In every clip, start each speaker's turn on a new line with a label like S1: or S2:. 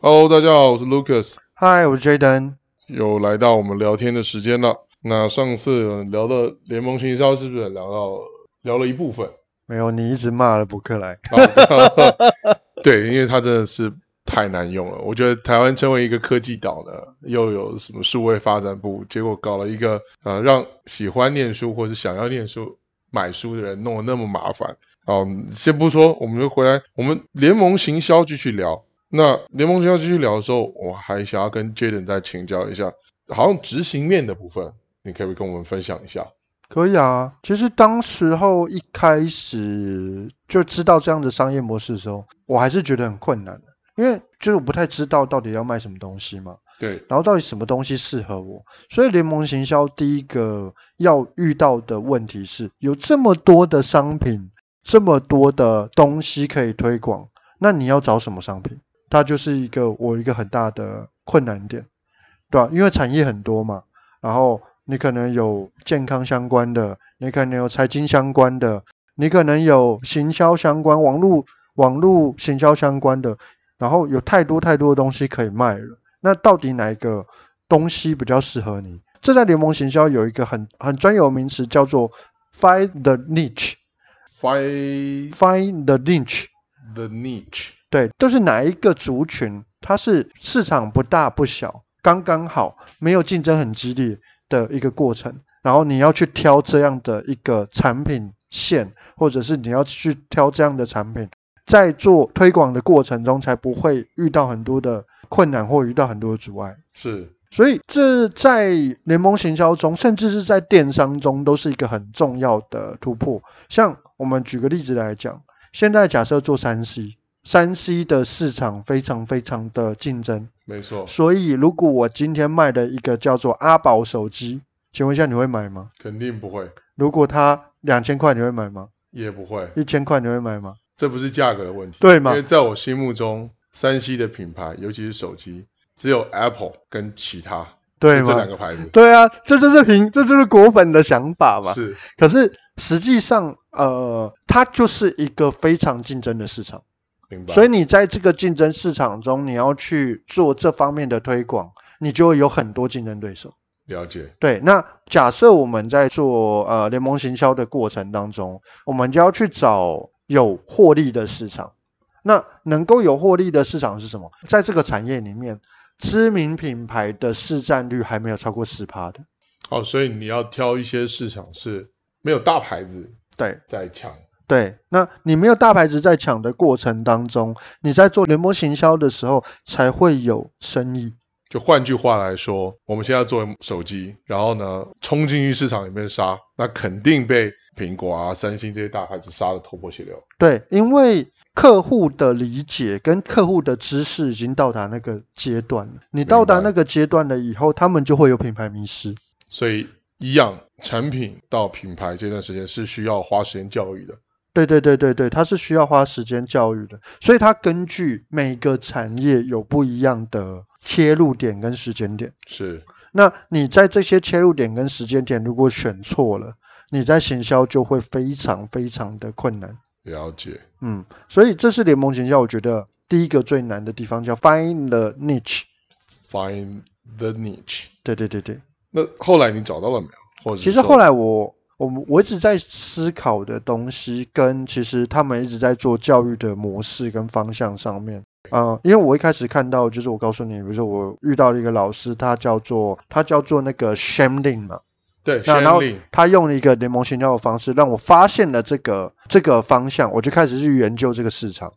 S1: Hello，大家好，我是 Lucas，
S2: 嗨，我是 Jaden。
S1: 又来到我们聊天的时间了。那上次聊的联盟行销是不是聊到聊了一部分？
S2: 没有，你一直骂了伯克莱，
S1: 啊对，因为它真的是太难用了。我觉得台湾成为一个科技岛呢，又有什么数位发展部，结果搞了一个呃，让喜欢念书或是想要念书买书的人弄得那么麻烦。哦、先不说，我们就回来，我们联盟行销继续聊。那联盟行销继续聊的时候，我还想要跟 Jaden 再请教一下，好像执行面的部分，你可不可以跟我们分享一下？
S2: 可以啊。其实当时候一开始就知道这样的商业模式的时候，我还是觉得很困难的，因为就是我不太知道到底要卖什么东西嘛，
S1: 对，
S2: 然后到底什么东西适合我。所以联盟行销第一个要遇到的问题是，有这么多的商品，这么多的东西可以推广，那你要找什么商品？它就是一个我一个很大的困难点，对吧、因为产业很多嘛，然后你可能有健康相关的，你可能有财经相关的，你可能有行销相关、网络网络行销相关的，然后有太多太多的东西可以卖了。那到底哪一个东西比较适合你？这在联盟行销有一个很很专有名词，叫做 “find the niche”，find
S1: ，find
S2: the niche。
S1: the niche。
S2: 对，就是哪一个族群，它是市场不大不小，刚刚好，没有竞争很激烈的一个过程。然后你要去挑这样的一个产品线，或者是你要去挑这样的产品，在做推广的过程中，才不会遇到很多的困难或遇到很多的阻碍。
S1: 是，
S2: 所以这在联盟行销中，甚至是在电商中，都是一个很重要的突破。像我们举个例子来讲，现在假设做三 C，三 C 的市场非常非常的竞争，
S1: 没错，
S2: 所以如果我今天卖的一个叫做阿宝手机，请问一下你会买吗？
S1: 肯定不会，
S2: 如果它两千块，你会买吗？
S1: 也不会。
S2: 一千块你会买吗？
S1: 这不是价格的问题，
S2: 对嘛
S1: 因为在我心目中，三 C 的品牌，尤其是手机，只有 Apple 跟其他
S2: 对
S1: 就这
S2: 吗
S1: 两？个牌子
S2: 对啊，这就是平，这就是果粉的想法嘛。
S1: 是
S2: 可是实际上，呃，它就是一个非常竞争的市场，
S1: 明白。
S2: 所以你在这个竞争市场中，你要去做这方面的推广，你就会有很多竞争对手。
S1: 了解，
S2: 对，那假设我们在做呃联盟行销的过程当中，我们就要去找有获利的市场。那能够有获利的市场是什么？在这个产业里面，知名品牌的市占率还没有超过十趴的。
S1: 哦，所以你要挑一些市场是没有大牌子
S2: 对，
S1: 在抢，
S2: 对，那你没有大牌子在抢的过程当中，你在做联盟行销的时候才会有生意。
S1: 就换句话来说，我们现在做手机，然后呢冲进去市场里面杀，那肯定被苹果啊、三星这些大牌子杀的头破血流。
S2: 对，因为客户的理解跟客户的知识已经到达那个阶段了。你到达
S1: 明白
S2: 那个阶段了以后，他们就会有品牌迷失。
S1: 所以一样，产品到品牌这段时间是需要花时间教育的。
S2: 对对对对对，它是需要花时间教育的，所以它根据每个产业有不一样的切入点跟时间点。
S1: 是，
S2: 那你在这些切入点跟时间点如果选错了，你在行销就会非常非常的困难。
S1: 了解。
S2: 嗯，所以这是联盟行销，我觉得第一个最难的地方叫 find the niche。
S1: find the niche。
S2: 对对对对，
S1: 那后来你找到了没有？或者是
S2: 其实
S1: 说
S2: 后来我我们我一直在思考的东西，跟其实他们一直在做教育的模式跟方向上面。呃，因为我一开始看到，就是我告诉你，比如说我遇到了一个老师，他叫做他叫做那个 Shamlin 嘛，
S1: 对
S2: 那然后
S1: Shanley
S2: 他用了一个联盟行销的方式，让我发现了这个这个方向，我就开始去研究这个市场。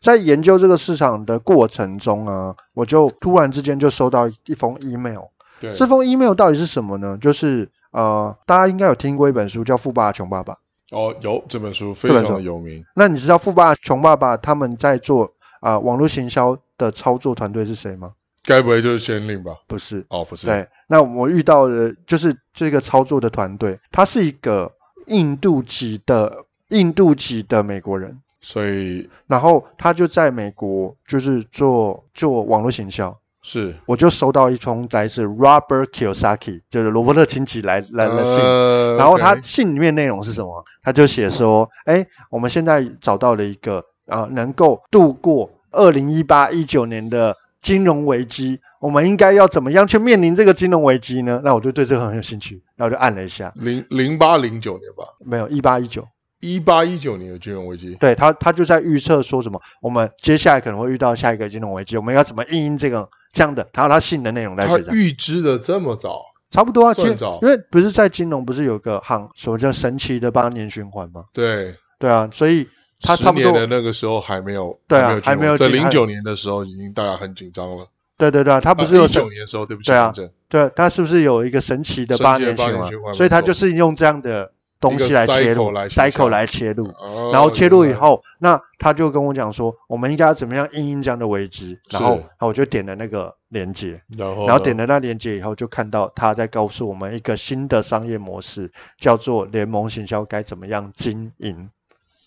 S2: 在研究这个市场的过程中啊，我就突然之间就收到一封 email。
S1: 对
S2: 这封 email 到底是什么呢？就是呃，大家应该有听过一本书叫《富爸爸穷爸爸》。
S1: 哦有这本书非
S2: 这本
S1: 常
S2: 书
S1: 的有名，
S2: 那你知道富爸爸穷爸爸他们在做啊、呃网络行销的操作团队是谁吗？
S1: 该不会就是 Shanley 吧？
S2: 不是，
S1: 哦不是，
S2: 对，那我遇到的就是这个操作的团队，他是一个印度籍的印度籍的美国人，
S1: 所以
S2: 然后他就在美国就是做做网络行销。
S1: 是
S2: 我就收到一封来自 Robert Kiyosaki，就是罗伯特清崎来来的信，
S1: 呃
S2: 然后他
S1: OK
S2: 信里面内容是什么？他就写说：“哎，我啊们现在找到了一个呃，能够度过二零一八一九年的金融危机，我们应该要怎么样去面临这个金融危机呢？那我就对这个很有兴趣，然后就按了一下，
S1: 零零八零九年吧，
S2: 没有一八一九，
S1: 一八一九年的金融危机，
S2: 对他他就在预测说什么，我们接下来可能会遇到下一个金融危机，我们要怎么应应这个这样的，然后他信的内容来
S1: 他
S2: 写上，
S1: 预知的这么早，
S2: 差不多啊，其实
S1: 算早
S2: 因为不是在金融不是有个行什么叫神奇的八年循环吗？
S1: 对，
S2: 对啊，所以他
S1: 十
S2: 差不
S1: 年
S2: 多
S1: 的那个时候还没有，
S2: 对啊还没有
S1: 在
S2: 进
S1: 零
S2: 还
S1: 九年的时候已经大家很紧张了，呃
S2: 对对对啊、他不是
S1: 一
S2: 有神、
S1: 九年的时候，对不起，
S2: 对啊
S1: 正正
S2: 对，他是不是有一个神奇的
S1: 神奇的
S2: 八年
S1: 八年
S2: 环
S1: 循环
S2: 所以
S1: 没
S2: 他
S1: 错
S2: 就是用这样的东西来切入
S1: 一个 cycle 来切
S2: ，cycle
S1: 入
S2: 来切入，
S1: 哦
S2: 然后切入以
S1: 原来
S2: 后，那他就跟我讲说，我们应该要怎么样应应这样的危机，然
S1: 是
S2: 后，
S1: 哦
S2: 然后我就点了那个连接，
S1: 然后
S2: 然后点
S1: 呢
S2: 了那连接以后，就看到他在告诉我们一个新的商业模式，叫做联盟行销该怎么样经营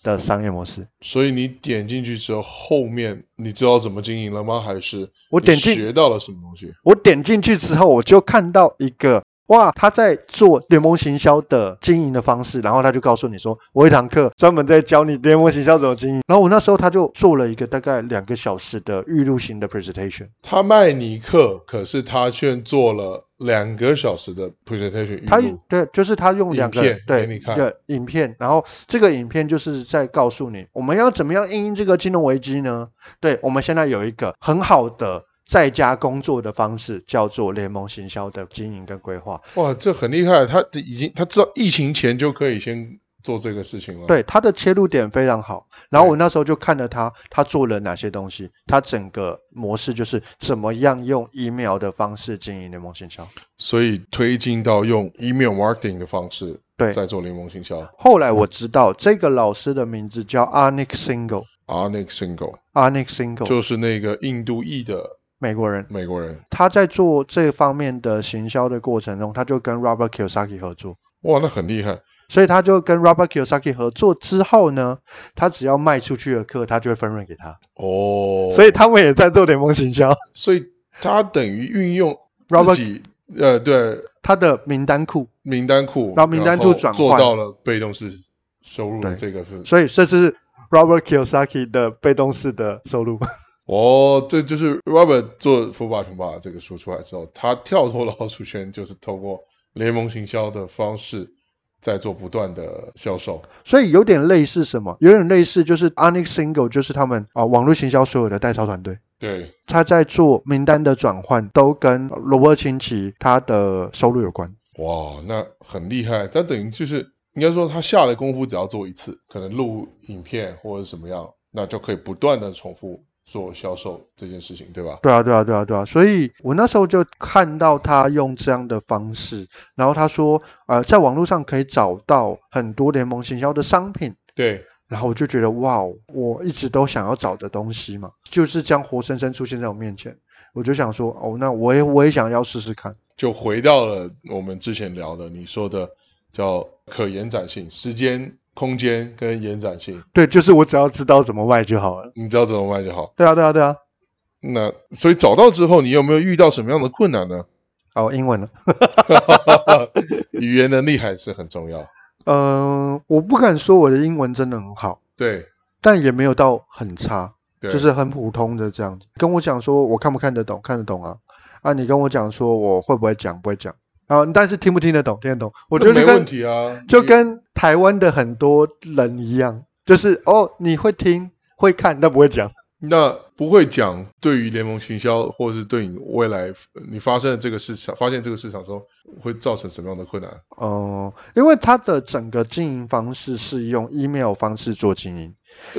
S2: 的商业模式。
S1: 所以你点进去之后，后面你知道怎么经营了吗？还是
S2: 我
S1: 你
S2: 点进
S1: 学到了什么东西？
S2: 我点进去之后，我就看到一个哇，他在做联盟行销的经营的方式，然后他就告诉你说，我有一堂课专门在教你联盟行销怎么经营。然后我那时候他就做了一个大概两个小时的预录型的 presentation，
S1: 他卖你课，可是他却做了两个小时的 presentation
S2: 他
S1: 语录，
S2: 对，就是他用两个
S1: 影片
S2: 对
S1: 给你看
S2: 的影片，然后这个影片就是在告诉你我们要怎么样应应这个金融危机呢？对，我们现在有一个很好的。在家工作的方式叫做联盟行销的经营跟规划，
S1: 哇，这很厉害！他已经他知道疫情前就可以先做这个事情了。，
S2: 对他的切入点非常好。然后
S1: 哦对
S2: 我那时候就看了他，他做了哪些东西，他整个模式就是怎么样用 email 的方式经营联盟行销。
S1: 所以推进到用 email marketing 的方式，
S2: 对
S1: 在做联盟行销。
S2: 后来我知道这个老师的名字叫 Anik Single。
S1: Onyx Single
S2: Anik Single，
S1: 就是那个印度裔的
S2: 美国人，
S1: 美国人，
S2: 他在做这方面的行销的过程中，他就跟 Robert Kiyosaki 合作，
S1: 哇，那很厉害。
S2: 所以他就跟 Robert Kiyosaki 合作之后呢，他只要卖出去的课，他就会分润给他，
S1: 哦，
S2: 所以他们也在做联盟行销。
S1: 所以他等于运用
S2: Robert-
S1: 自己呃对
S2: 他的名单库
S1: 名单库，
S2: 然后名单库转换
S1: 做到了被动式收入的
S2: 对
S1: 这个是
S2: 所以这是 Robert Kiyosaki 的被动式的收入。
S1: 哦，这就是 Robert 做《富爸穷爸》这个书出来之后，他跳脱了老鼠圈，就是透过联盟行销的方式，在做不断的销售。
S2: 所以有点类似什么？有点类似就是 Onyx Single，就是他们啊、网络行销所有的代操团队。
S1: 对，
S2: 他在做名单的转换，都跟罗伯清崎他的收入有关。
S1: 哇，那很厉害。但等于就是应该说，他下的功夫只要做一次，可能录影片或者什么样，那就可以不断的重复做销售这件事情，对吧？
S2: 对啊，对啊，对啊，对啊。所以我那时候就看到他用这样的方式，然后他说，呃，在网络上可以找到很多联盟行销的商品，
S1: 对，
S2: 然后我就觉得哇哦，我一直都想要找的东西嘛，就是这样活生生出现在我面前，我就想说哦，那我也我也想要试试看。
S1: 就回到了我们之前聊的，你说的叫可延展性、时间、空间跟延展性，
S2: 对，就是我只要知道怎么卖就好了。
S1: 你知道怎么卖就好。
S2: 对啊，对啊，对啊。
S1: 那所以找到之后，你有没有遇到什么样的困难 呢？
S2: 哦，英文了。
S1: 语言能力还是很重要。
S2: 嗯、我不敢说我的英文真的很好，
S1: 对，
S2: 但也没有到很差，
S1: 对
S2: 就是很普通的这样子。跟我讲说我看不看得懂，看得懂啊。啊，你跟我讲说我会不会讲，不会讲啊，但是听不听得懂，听得懂。我
S1: 我
S2: 觉得就
S1: 没
S2: 跟
S1: 问题啊，
S2: 就
S1: 你
S2: 跟台湾的很多人一样，就是哦，你会听会看，但不会讲。
S1: 那不会讲对于联盟行销，或者是对你未来你发生的这个市场，发现这个市场之后会造成什么样的困难？
S2: 哦、因为它的整个经营方式是用 email 方式做经营。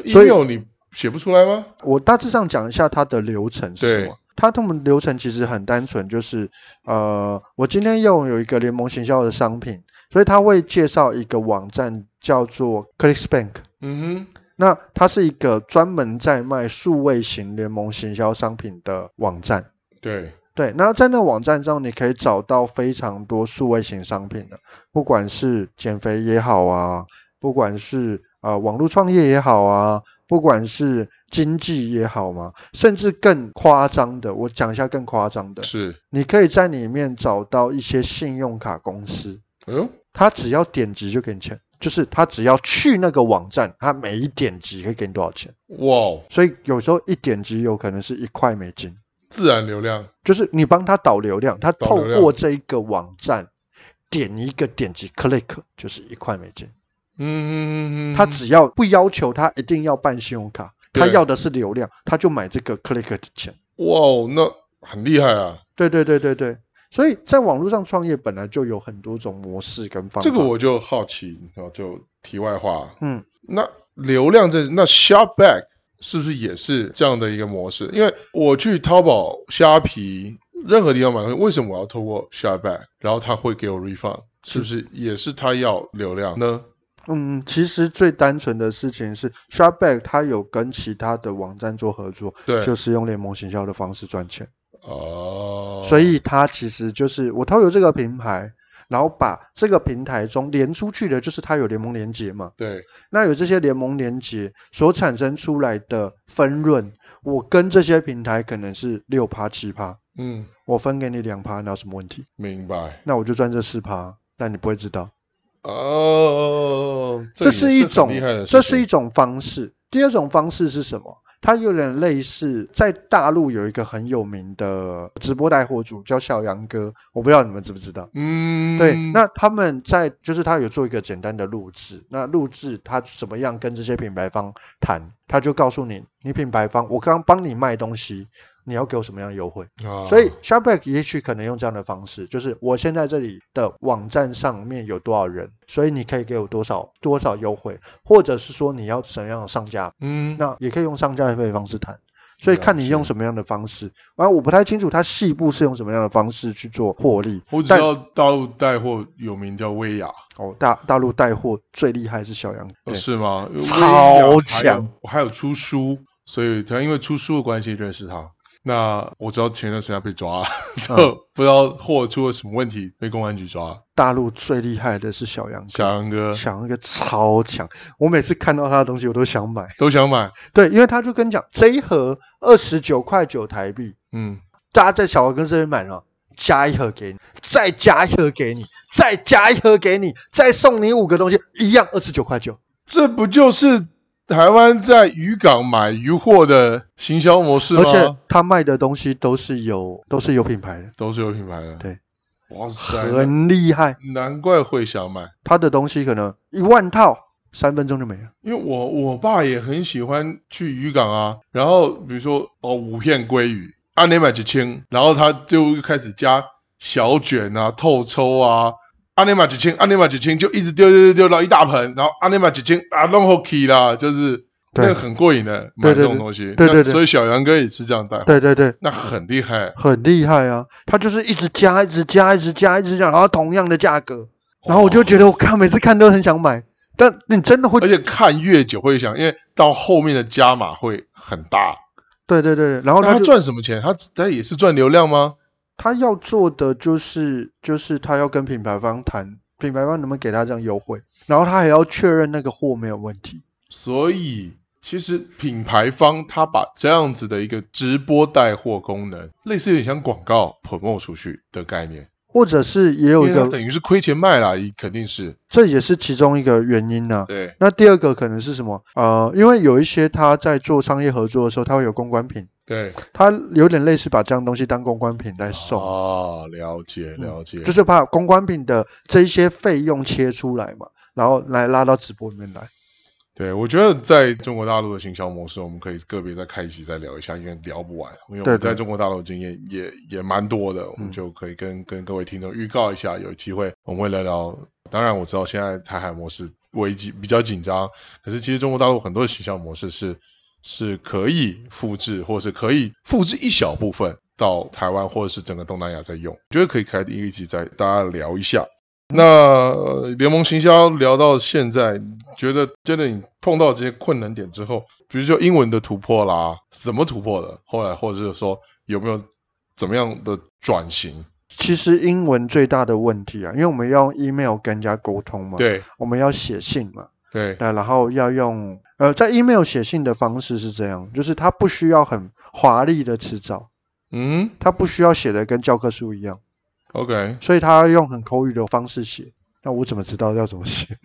S2: 所以
S1: email 你写不出来吗？
S2: 我大致上讲一下它的流程是什
S1: 对
S2: 么。它他们流程其实很单纯，就是呃，我今天用有一个联盟行销的商品，所以他会介绍一个网站叫做 ClickBank。
S1: 嗯哼，
S2: 那它是一个专门在卖数位型联盟行销商品的网站。
S1: 对，
S2: 对，那在那网站上，你可以找到非常多数位型商品的，不管是减肥也好啊，不管是呃网络创业也好啊，不管是经济也好嘛，甚至更夸张的，我讲一下更夸张的，
S1: 是，
S2: 你可以在里面找到一些信用卡公司，
S1: 哎呦，
S2: 它只要点击就给你钱，就是它只要去那个网站，它每一点击可以给你多少钱，
S1: 哇，哦
S2: 所以有时候一点击有可能是一块美金。
S1: 自然流量，
S2: 就是你帮他导流量，他
S1: 导
S2: 透
S1: 流量
S2: 过这一个网站点一个点击 click 就是一块美金，
S1: 嗯，
S2: 他只要不要求他一定要办信用卡，他
S1: 对
S2: 要的是流量，他就买这个 click 的钱。
S1: 哇哦，那很厉害啊！
S2: 对对对对对，所以在网络上创业本来就有很多种模式跟方法。
S1: 这个我就好奇，然后就题外话，
S2: 嗯，
S1: 那流量这那 Shopback 是不是也是这样的一个模式？因为我去淘宝、虾皮任何地方买东西，为什么我要透过 Shopback，然后他会给我 refund？是不是也是他要流量呢？
S2: 嗯，其实最单纯的事情是 s h o p b a c k 它有跟其他的网站做合作，
S1: 对，
S2: 就是用联盟行销的方式赚钱，
S1: 哦，
S2: 所以它其实就是我透过这个平台，然后把这个平台中连出去的，就是它有联盟连接嘛，
S1: 对，
S2: 那有这些联盟连接所产生出来的分润，我跟这些平台可能是六趴七趴，
S1: 嗯，
S2: 我分给你两趴，那有什么问题？
S1: 明白。
S2: 那我就赚这四趴，但你不会知道。
S1: 哦，
S2: 这
S1: 也是
S2: 是一
S1: 很
S2: 种
S1: 厉害的，事
S2: 这是
S1: 情
S2: 一种方式。第二种方式是什么？它有点类似，在大陆有一个很有名的直播带货主叫小杨哥，我不知道你们知不知道。
S1: 嗯，
S2: 对，那他们在就是他有做一个简单的录制，那录制他怎么样跟这些品牌方谈，他就告诉你，你品牌方我刚刚帮你卖东西，你要给我什么样的优惠。
S1: 啊
S2: 所以 s h o p b a c k 也许可能用这样的方式，就是我现在这里的网站上面有多少人，所以你可以给我多少多少优惠，或者是说你要什么样的上架，
S1: 嗯，
S2: 那也可以用上架费的方式谈。所以看
S1: 了
S2: 你
S1: 解
S2: 用什么样的方式，然后我不太清楚它细部是用什么样的方式去做获利。
S1: 我只知
S2: 但
S1: 道大陆带货有名叫薇娅，
S2: 哦，大大陆带货最厉害是小杨，
S1: 哦
S2: 对，
S1: 是吗？薇娅
S2: 超
S1: 还有
S2: 强，
S1: 还有出书，所以他因为出书的关系认识他。那我知道前段时间他被抓了，
S2: 嗯
S1: 就 不知道货出了什么问题，被公安局抓了。
S2: 大陆最厉害的是小杨哥，
S1: 小杨哥
S2: 小杨哥超强，我每次看到他的东西我都想买。
S1: 都想买，
S2: 对，因为他就跟你讲这一盒二十九块九台币，
S1: 嗯，
S2: 大家在小鹅哥这边买了，加一盒给你，再加一盒给你，再加一盒给你，再送你五个东西，一样二十九块九。
S1: 这不就是台湾在渔港买渔货的行销模式吗？
S2: 而且他卖的东西都是有都是有品牌的，
S1: 都是有品牌的，
S2: 对，
S1: 哇塞，
S2: 很厉害。
S1: 难怪会想买。
S2: 他的东西可能一万套，三分钟就没了。
S1: 因为我我爸也很喜欢去渔港啊，然后比如说哦五片鲑鱼，啊你买几千，然后他就开始加小卷啊、透抽啊，啊你买几千，啊你买几千，就一直丢丢丢丢到一大盆，然后啊你买几千啊弄好 key 啦，就是
S2: 对
S1: 那个很过瘾的买
S2: 对
S1: 这
S2: 对
S1: 种
S2: 对
S1: 东西，
S2: 对对
S1: 那
S2: 对
S1: 所以小杨哥也是这样带，
S2: 对对对，
S1: 那很厉害，
S2: 很厉害啊！他就是一直加，一直加，一直加，一直加，然后同样的价格，然后我就觉得我看每次看都很想买，但你真的会
S1: 哦而且看越久会想，因为到后面的加码会很大，
S2: 对对对，对然后
S1: 那
S2: 他
S1: 他
S2: 就
S1: 赚什么钱？他他也是赚流量吗？
S2: 他要做的就是就是他要跟品牌方谈，品牌方能不能给他这样优惠，然后他还要确认那个货没有问题。
S1: 所以其实品牌方他把这样子的一个直播带货功能，类似有点像广告 promo 出去的概念，
S2: 或者是也
S1: 因
S2: 有一
S1: 为它
S2: 个，
S1: 等于是亏钱卖啦，肯定是
S2: 这也是其中一个原因呢、
S1: 对
S2: 那第二个可能是什么？呃，因为有一些他在做商业合作的时候，他会有公关品，
S1: 对
S2: 他有点类似把这样东西当公关品来售，
S1: 啊，了解了解，
S2: 就是把公关品的这一些费用切出来嘛，然后来拉到直播里面来。
S1: 对我觉得在中国大陆的行销模式，我们可以个别再开一期再聊一下，因为聊不完，因为我
S2: 对
S1: 们
S2: 对
S1: 在中国大陆的经验也也蛮多的，我们
S2: 嗯
S1: 就可以跟跟各位听众预告一下，有机会我们会聊聊。当然我知道现在台海模式危机比较紧张，可是其实中国大陆很多的行销模式是是可以复制，或是可以复制一小部分到台湾或者是整个东南亚在用，我觉得可以开第一集再大家聊一下。那呃联盟行销聊到现在，你觉得真的你碰到这些困难点之后，比如说英文的突破啦，怎么突破的？后来或者是说有没有怎么样的转型？
S2: 其实英文最大的问题啊，因为我们要用 email 跟人家沟通嘛，
S1: 对
S2: 我们要写信嘛，
S1: 对，
S2: 对，然后要用呃，在 email 写信的方式是这样，就是它不需要很华丽的辞藻，
S1: 嗯
S2: 它不需要写的跟教科书一样，
S1: ，OK，
S2: 所以它要用很口语的方式写。那我怎么知道要怎么写？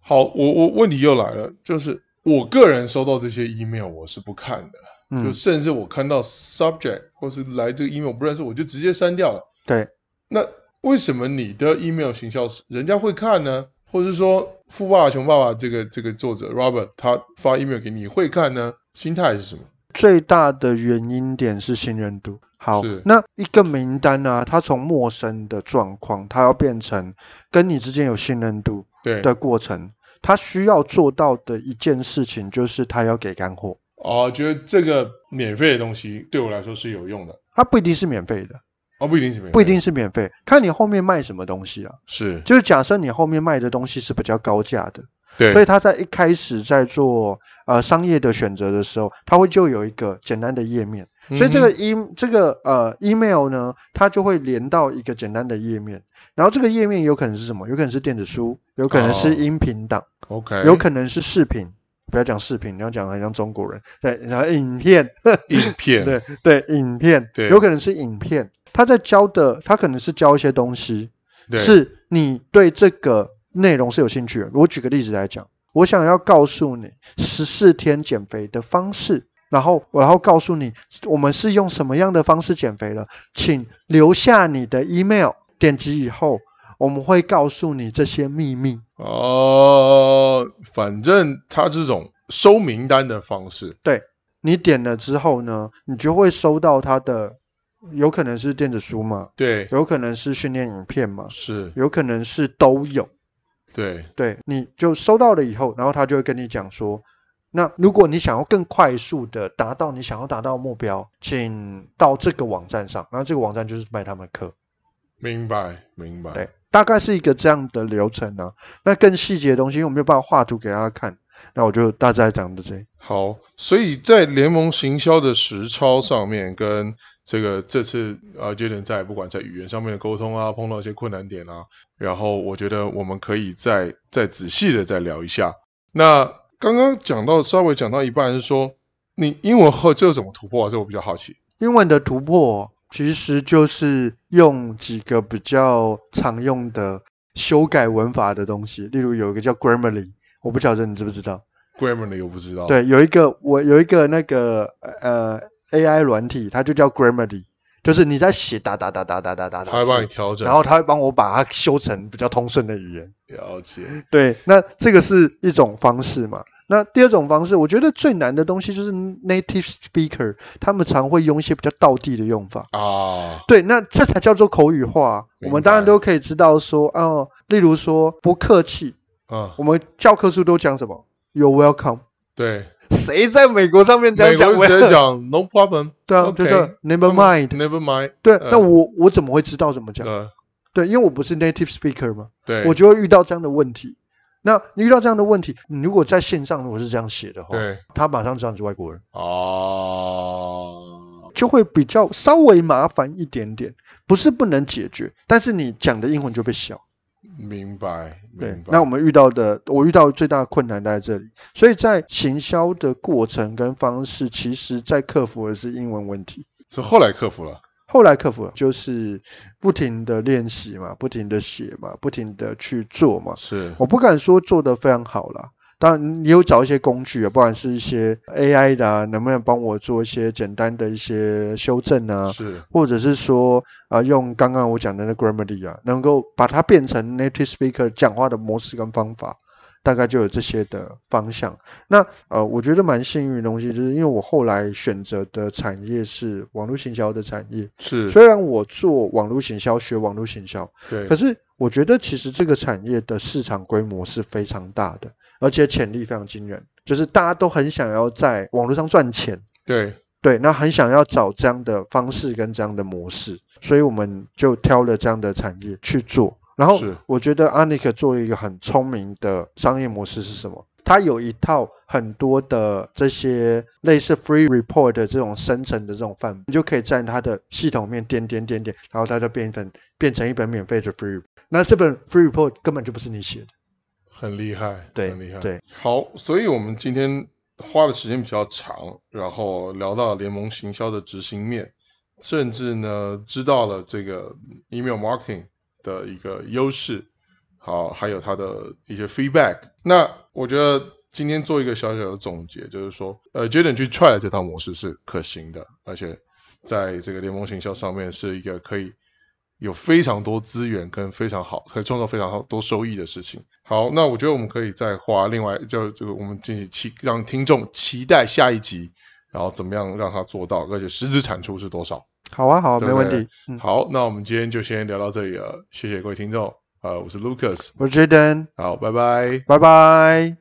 S1: 好，我我问题又来了，就是我个人收到这些 email 我是不看的，
S2: 嗯
S1: 就甚至我看到 subject 或是来这个 email 不认识，我就直接删掉了。
S2: 对，
S1: 那为什么你的 email 行销是人家会看呢？或者说《富爸爸穷爸爸》这个这个作者 Robert 他发 email 给你会看呢？心态是什么？
S2: 最大的原因点是信任度。好
S1: 是，
S2: 那一个名单呢、它从陌生的状况，它要变成跟你之间有信任度
S1: 对，
S2: 的过程。它需要做到的一件事情就是，它要给干货。
S1: 哦，觉得这个免费的东西对我来说是有用的，
S2: 它不一定是免费的，
S1: 哦，不一定是免费，
S2: 不一定是免费，看你后面卖什么东西啊。
S1: 是，
S2: 就是假设你后面卖的东西是比较高价的，
S1: 对，
S2: 所以他在一开始在做呃商业的选择的时候，他会就有一个简单的页面，
S1: 嗯
S2: 所以这个 e 这个呃 email 呢，它就会连到一个简单的页面，然后这个页面有可能是什么？有可能是电子书，有可能
S1: 哦哎
S2: 是音频档，
S1: OK
S2: 有可能是视频。不要讲视频，你要讲很像中国人。对，然后影片，
S1: 影片，
S2: 对对，影片，
S1: 对
S2: 有可能是影片。他在教的，他可能是教一些东西，
S1: 对，
S2: 是你对这个内容是有兴趣的。我举个例子来讲，我想要告诉你十四天减肥的方式，然后然后告诉你我们是用什么样的方式减肥了，请留下你的 email，点击以后我们会告诉你这些秘密。
S1: 哦，反正他这种收名单的方式，
S2: 你点了之后呢，你就会收到它的，有可能是电子书嘛，
S1: 对，
S2: 有可能是训练影片嘛，
S1: 是，
S2: 有可能是都有。
S1: 对，
S2: 对，你就收到了以后，然后他就会跟你讲说，那如果你想要更快速的达到你想要达到的目标，请到这个网站上，然后这个网站就是卖他们的课，
S1: 明白，明白，
S2: 对，大概是一个这样的流程呢、那更细节的东西，因为我没有办法画图给大家看，那我就大概讲的这些。
S1: 好，所以在联盟行销的实操上面，跟这个这次啊杰伦在不管在语言上面的沟通啊，碰到一些困难点啊，然后我觉得我们可以再再仔细的再聊一下。那刚刚讲到稍微讲到一半是说，你英文后这个怎么突破、啊？这我比较好奇。
S2: 英文的突破哦其实就是用几个比较常用的修改文法的东西，例如有一个叫 Grammarly，我不晓得你知不知道。
S1: Grammarly 我不知道，，
S2: 对，有一个我有一个那个呃 AI 软体，它就叫 Grammarly，就是你在写打打打打打打打
S1: 他
S2: 打
S1: 会帮
S2: 字
S1: 你，调整，
S2: 然后它会帮我把它修成比较通顺的语言。
S1: 了解。
S2: 对，那这个是一种方式嘛。那第二种方式，我觉得最难的东西就是 native speaker，他们常会用一些比较道地的用法。
S1: 啊，
S2: 对，那这才叫做口语化。啊我
S1: 明
S2: 们当然
S1: 白
S2: 都可以知道说，哦，例如说不客气，
S1: 嗯，
S2: 我们教科书都讲什么？You're welcome。
S1: 对，
S2: 谁在美国上面这样
S1: 美
S2: 讲？
S1: 国人直接讲 no problem，
S2: 对啊，
S1: OK，
S2: 就是 never mind。
S1: never mind，
S2: 对，
S1: 嗯
S2: 那我我怎么会知道怎么讲？
S1: 呃，
S2: 对，因为我不是 native speaker 嘛，
S1: 对，
S2: 我就会遇到这样的问题。那你遇到这样的问题，你如果在线上如果是这样写的话，
S1: 对，
S2: 他马上知道你是外国人，
S1: 哦，
S2: 就会比较稍微麻烦一点点。不是不能解决，但是你讲的英文就被小。
S1: 明白，
S2: 对
S1: 明，白。
S2: 那我们遇到的，我遇到最大的困难在这里。所以在行销的过程跟方式，其实在克服的是英文问题。
S1: 所以后来克服了，
S2: 后来克服了，就是不停的练习嘛，不停的写嘛，不停的去做嘛。
S1: 是
S2: 我不敢说做得非常好啦，当然也有找一些工具啊，不管是一些 AI 的、啊，能不能帮我做一些简单的一些修正啊，
S1: 是，
S2: 或者是说啊、呃用刚刚我讲的那 Grammarly 啊，能够把它变成 native speaker 讲话的模式跟方法，大概就有这些的方向。那呃，我觉得蛮幸运的东西，就是因为我后来选择的产业是网络行销的产业，
S1: 是，
S2: 虽然我做网络行销，学网络行销，
S1: 对
S2: 可，是我觉得其实这个产业的市场规模是非常大的，而且潜力非常惊人，就是大家都很想要在网络上赚钱。
S1: 对，
S2: 对，那很想要找这样的方式跟这样的模式，所以我们就挑了这样的产业去做。然后
S1: 是
S2: 我觉得 Anik 做了一个很聪明的商业模式是什么？它有一套很多的这些类似 free report 的这种生成的这种范本，你就可以在它的系统里面点点点点，然后它就变成变成一本免费的 free。report。那这本 free report 根本就不是你写的，
S1: 很厉害，
S2: 对
S1: 很厉害。
S2: 对，
S1: 好，所以我们今天花的时间比较长，然后聊到联盟行销的执行面，甚至呢知道了这个 email marketing 的一个优势，好，还有它的一些 feedback。那我觉得今天做一个小小的总结，就是说，呃，Jaden 去 try 的这套模式是可行的，而且在这个联盟行销上面是一个可以有非常多资源跟非常好，可以创造非常好多收益的事情。好，那我觉得我们可以再花另外就这个我们进行期让听众期待下一集，然后怎么样让他做到，而且实质产出是多少？
S2: 好啊，好啊，
S1: 对
S2: 没
S1: 不
S2: 问
S1: 对
S2: 题。嗯，
S1: 好，那我们今天就先聊到这里了，谢谢各位听众，呃，我是 Lucas，
S2: 我是 Jaden，
S1: 好，拜拜。
S2: 拜拜。